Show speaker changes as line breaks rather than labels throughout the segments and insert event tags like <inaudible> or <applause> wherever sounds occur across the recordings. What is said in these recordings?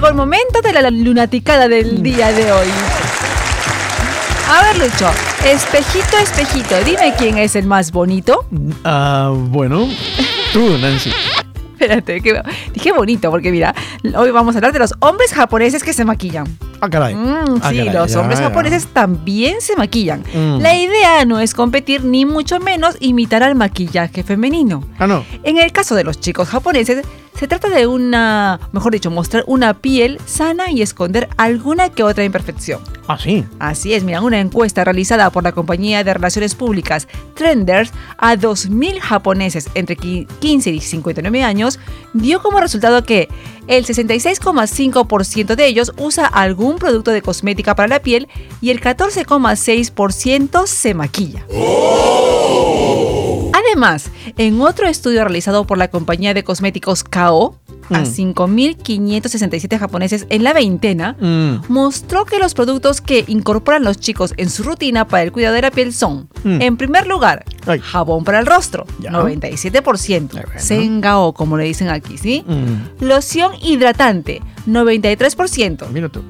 por momentos de la lunaticada
Mm.
del día de hoy. A ver, Lucho, espejito, espejito, dime quién es el más bonito. <laughs>
Ah, bueno, tú, Nancy.
Espérate, que dije bonito, porque mira, hoy vamos a hablar de los hombres japoneses que se maquillan.
Ah, caray.
Mm,
Ah,
sí,
caray,
los
ya,
hombres
ya.
japoneses también se maquillan.
Mm.
La idea no es competir ni mucho menos imitar al maquillaje femenino.
Ah, no.
En el caso de los chicos japoneses, se trata de una, mejor dicho, mostrar una piel sana y esconder alguna que otra imperfección.
Ah, sí.
Así es, mira, una encuesta realizada por la compañía de relaciones públicas Trenders a 2.000 japoneses entre qui- 15 y 59 años dio como resultado que el 66,5% de ellos usa algún producto de cosmética para la piel y el 14,6% se maquilla. Además, en otro estudio realizado por la compañía de cosméticos KO a
Mm.
5.567 japoneses en la veintena,
Mm,
mostró que los productos que incorporan los chicos en su rutina para el cuidado de la piel son,
Mm.
en primer lugar,
Ay.
jabón para el rostro,
Ya.
97%,
Ay, bueno.
sengao, como le dicen aquí, ¿sí?
mm.
Loción hidratante, 93%,
Mira tú.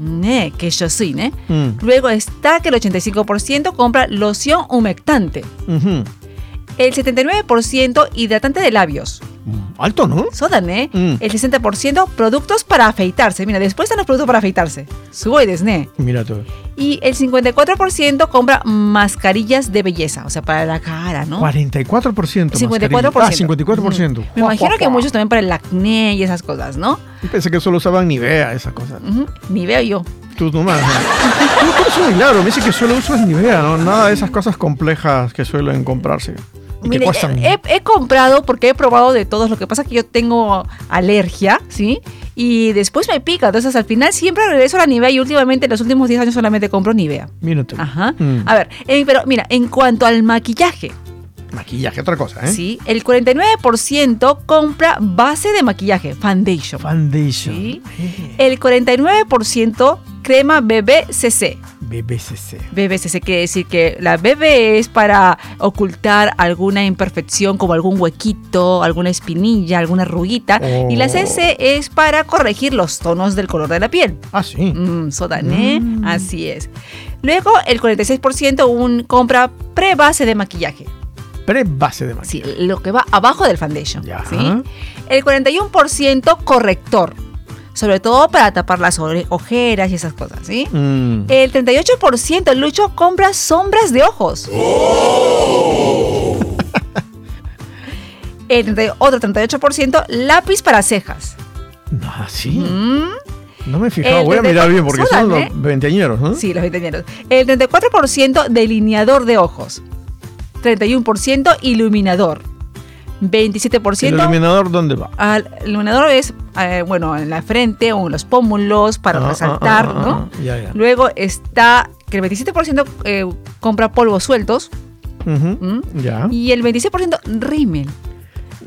ne, que yo soy, ¿eh?
Mm,
Luego está que el 85% compra loción humectante,
ujú.
el 79% hidratante de labios,
Mm, Alto, ¿no?
Sodan, ¿eh?
Mm.
El 60% productos para afeitarse. Mira, después están los productos para afeitarse. Suboides, ¿eh?
Mira tú.
Y el 54% compra mascarillas de belleza, o sea, para la cara, ¿no?
44%. mascarilla.
54%.
Ah, 54%.
Me imagino que muchos también para el acné y esas cosas, ¿no?
Pensé que solo usaban Nivea, esas cosas.
Ujú, Ni veo yo.
Tú nomás. ¿no? Tú eres un milagro. Me dice que solo usas Nivea, ¿no? Nada de esas cosas complejas que suelen comprarse. Y
Mire, eh,
que cuestan.
he, he comprado porque he probado de todos. Lo que pasa es que yo tengo alergia, ¿sí? Y después me pica. Entonces, al final siempre regreso a la Nivea y últimamente, en los últimos 10 años, solamente compro Nivea.
Mira tú.
Ajá.
Mm.
A ver, eh, pero mira, en cuanto al maquillaje,
Maquillaje, otra cosa, ¿eh?
¿sí? El 49% compra base de maquillaje, foundation.
Foundation.
Sí.
Eh,
El 49% crema BBCC.
BBCC.
BBCC quiere decir que la BB es para ocultar alguna imperfección como algún huequito, alguna espinilla, alguna arruguita.
Oh.
Y la CC es para corregir los tonos del color de la
<laughs>
piel.
Ah, sí.
Mm, sodané,
Mm.
así es. Luego el 46% un compra pre-base de maquillaje.
Pre-base de maquillaje.
Sí, lo que va abajo del foundation.
Ya.
¿sí? El 41% corrector, sobre todo para tapar las ore- ojeras y esas cosas, ¿sí?
Mm.
El 38% Lucho compra sombras de
<laughs>
ojos. El 30 otro 38% lápiz para cejas.
Ah, sí.
Mm, Eh,
No me he fijado.
El
Voy a
de-
mirar bien porque son
Sudane.
los veinteañeros, ¿no?
Sí, los ingenieros. El 34% delineador de ojos. 31% iluminador. 27%
¿El iluminador dónde va?
al iluminador es, eh, bueno, en la frente o en los pómulos para
Ah,
resaltar,
ah, ah,
¿no?
ah, Ya, ya.
Luego está que el 27% eh, compra polvos sueltos
Ujú.
¿Mm?
Ya.
y el 26% rímel,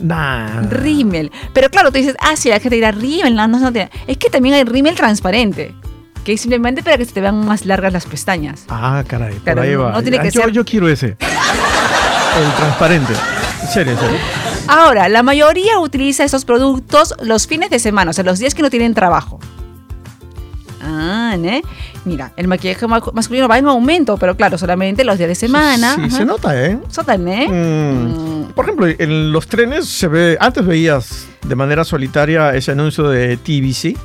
Nah.
rímel. Pero claro, tú dices, ah, sí, la gente dirá rímel, no, no, no tiene". Es que también hay rímel transparente, que es simplemente para que se te vean más largas las pestañas.
Ah, caray. Por
Claro,
ahí
no-
va.
no tiene
Ah,
que
yo,
ser-
yo quiero ese. El transparente. En serio, en serio.
Ahora, la mayoría utiliza esos productos los fines de semana, o sea, los días que no tienen trabajo. Ah, ¿eh? Mira, el maquillaje ma- masculino va en aumento, pero claro, solamente los días de semana.
Sí,
Ajá.
se nota, ¿eh?
Sotan, ¿eh?
Mm. Por ejemplo, en los trenes se ve. Antes veías de manera solitaria ese anuncio de TBC.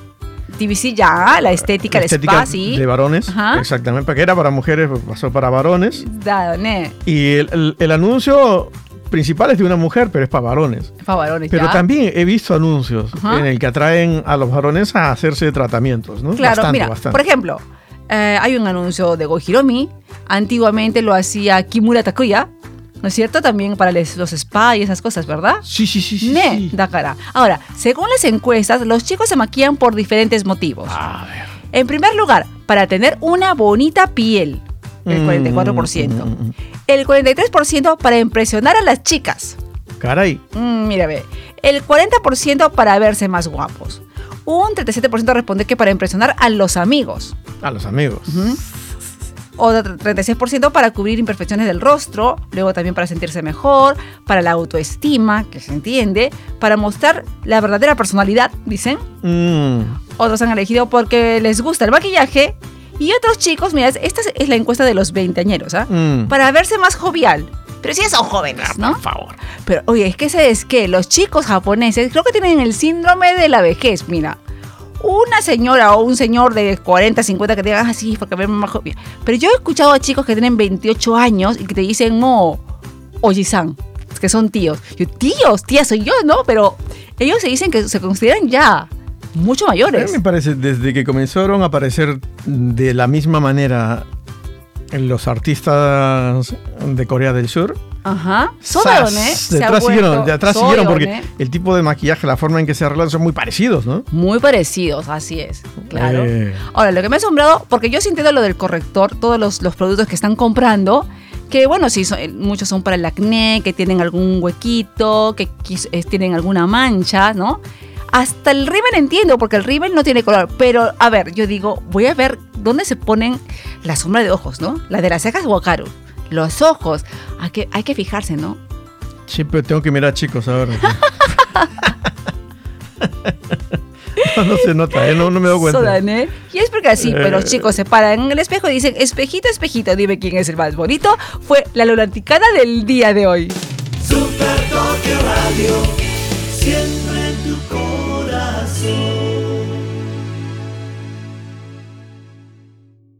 TVC ya, la estética, el
Mm. estética
spa, sí.
de varones.
Ajá.
Exactamente. Porque era para mujeres, pasó para varones.
Da, ¿eh?
Y el, el- el anuncio principal es de una mujer, pero es para varones.
Pa' varones,
Pero
ya.
también he visto anuncios
Ajá.
en el que atraen a los varones a hacerse tratamientos, ¿no?
Claro,
bastante,
mira,
bastante.
por ejemplo, eh, hay un anuncio de Gohiromi. Antiguamente lo hacía Kimura Takuya, ¿no es cierto? También para les- los spa y esas cosas, ¿verdad?
sí, sí, sí, sí.
Ne,
sí.
da cara. Ahora, según las encuestas, los chicos se maquillan por diferentes motivos.
A ver.
En primer lugar, para tener una bonita piel, el
Mm,
44%.
mm, mm.
El 43% para impresionar a las chicas.
Caray.
Mm, mira, ve. El 40% para verse más guapos. Un 37% responde que para impresionar a los amigos.
A los amigos.
Ujú. o de 36% para cubrir imperfecciones del rostro, luego también para sentirse mejor, para la autoestima, que se entiende, para mostrar la verdadera personalidad, dicen.
Mm,
Otros han elegido porque les gusta el maquillaje. Y otros chicos, mira, es- esta es la encuesta de los veinteañeros, ¿ah?
mm. Ah,
Para verse más jovial. Pero sí son jóvenes, ¿no?
Por favor.
Pero oye, es que es que los chicos japoneses creo que tienen el síndrome de la vejez. Mira, una señora o un señor de 40, 50 que te digan así porque me más joven". Pero yo he escuchado a chicos que tienen 28 años y que te dicen, "Mo, ojisan", que son tíos. Yo, tíos, tía soy yo, ¿no? Pero ellos se dicen que se consideran ya mucho
A mí
mayores.
me parece, desde que comenzaron a aparecer de la misma manera los artistas de Corea del Sur,
Ajá.
¡zas!
Sodaron, ¿eh? Se
de
ha
atrás siguieron,
vuelto
de atrás
Soyeon,
siguieron porque
¿eh?
el tipo de maquillaje, la forma en que se arreglan son muy parecidos, ¿no?
Muy parecidos, así es. Claro.
Eh.
Ahora, lo que me ha asombrado, porque yo sí entiendo lo del corrector, todos los, los productos que están comprando, que bueno, sí, son- eh, muchos son para el acné, que tienen algún huequito, que quis- eh, tienen alguna mancha, ¿no? Hasta el rímel entiendo, porque el rímel no tiene color. Pero, a ver, yo digo, voy a ver dónde se ponen la sombra de ojos, ¿no? La de las cejas, guacaru. Los ojos. Hay que, hay que fijarse, ¿no?
Sí, pero tengo que mirar chicos, a ver.
<laughs>
<laughs> no, no se nota, ¿eh? no, no me doy cuenta.
Sodan, ¿eh? Y es porque así, pero los
Eh.
chicos se paran en el espejo y dicen, espejito, espejito, dime quién es el más bonito. Fue la lulanticana del día de hoy.
Super Toque Radio, siempre en tu corazón.